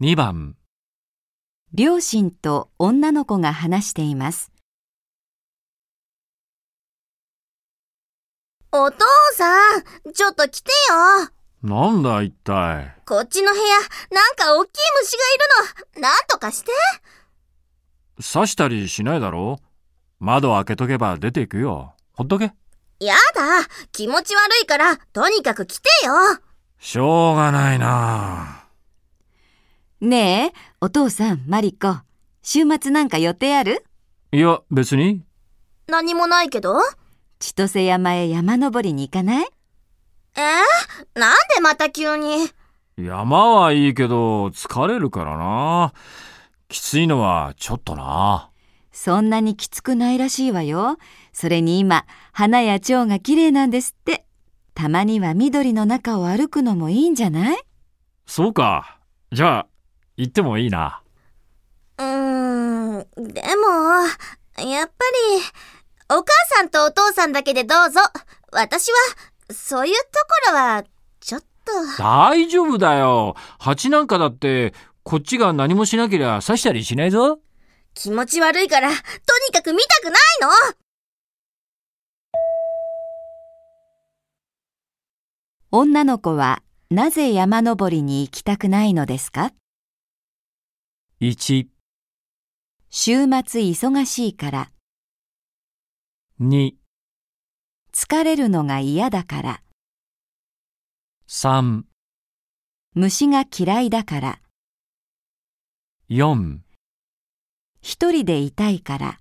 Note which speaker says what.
Speaker 1: 2番、
Speaker 2: 両親と女の子が話しています。
Speaker 3: お父さん、ちょっと来てよ。
Speaker 1: なんだ一体。
Speaker 3: こっちの部屋、なんか大きい虫がいるの。なんとかして。
Speaker 1: 刺したりしないだろ窓開けとけば出ていくよ。ほっとけ。
Speaker 3: やだ。気持ち悪いから、とにかく来てよ。
Speaker 1: しょうがないなあ
Speaker 2: ねえ、お父さん、マリコ。週末なんか予定ある
Speaker 1: いや、別に。
Speaker 3: 何もないけど。
Speaker 2: 千歳山へ山登りに行かない
Speaker 3: えー、なんでまた急に。
Speaker 1: 山はいいけど、疲れるからな。きついのはちょっとな。
Speaker 2: そんなにきつくないらしいわよ。それに今、花や蝶が綺麗なんですって。たまには緑の中を歩くのもいいんじゃない
Speaker 1: そうか。じゃあ、行ってもいいな。
Speaker 3: うーん、でも、やっぱり、お母さんとお父さんだけでどうぞ。私は、そういうところは、ちょっと。
Speaker 1: 大丈夫だよ。蜂なんかだって、こっちが何もしなけりゃ刺したりしないぞ。
Speaker 3: 気持ち悪いから、とにかく見たくないの
Speaker 2: 女の子はなぜ山登りに行きたくないのですか
Speaker 1: 1、
Speaker 2: 週末忙しいから、
Speaker 1: 2、
Speaker 2: 疲れるのが嫌だから、
Speaker 1: 3、
Speaker 2: 虫が嫌いだから、
Speaker 1: 4
Speaker 2: 一人でいたいから。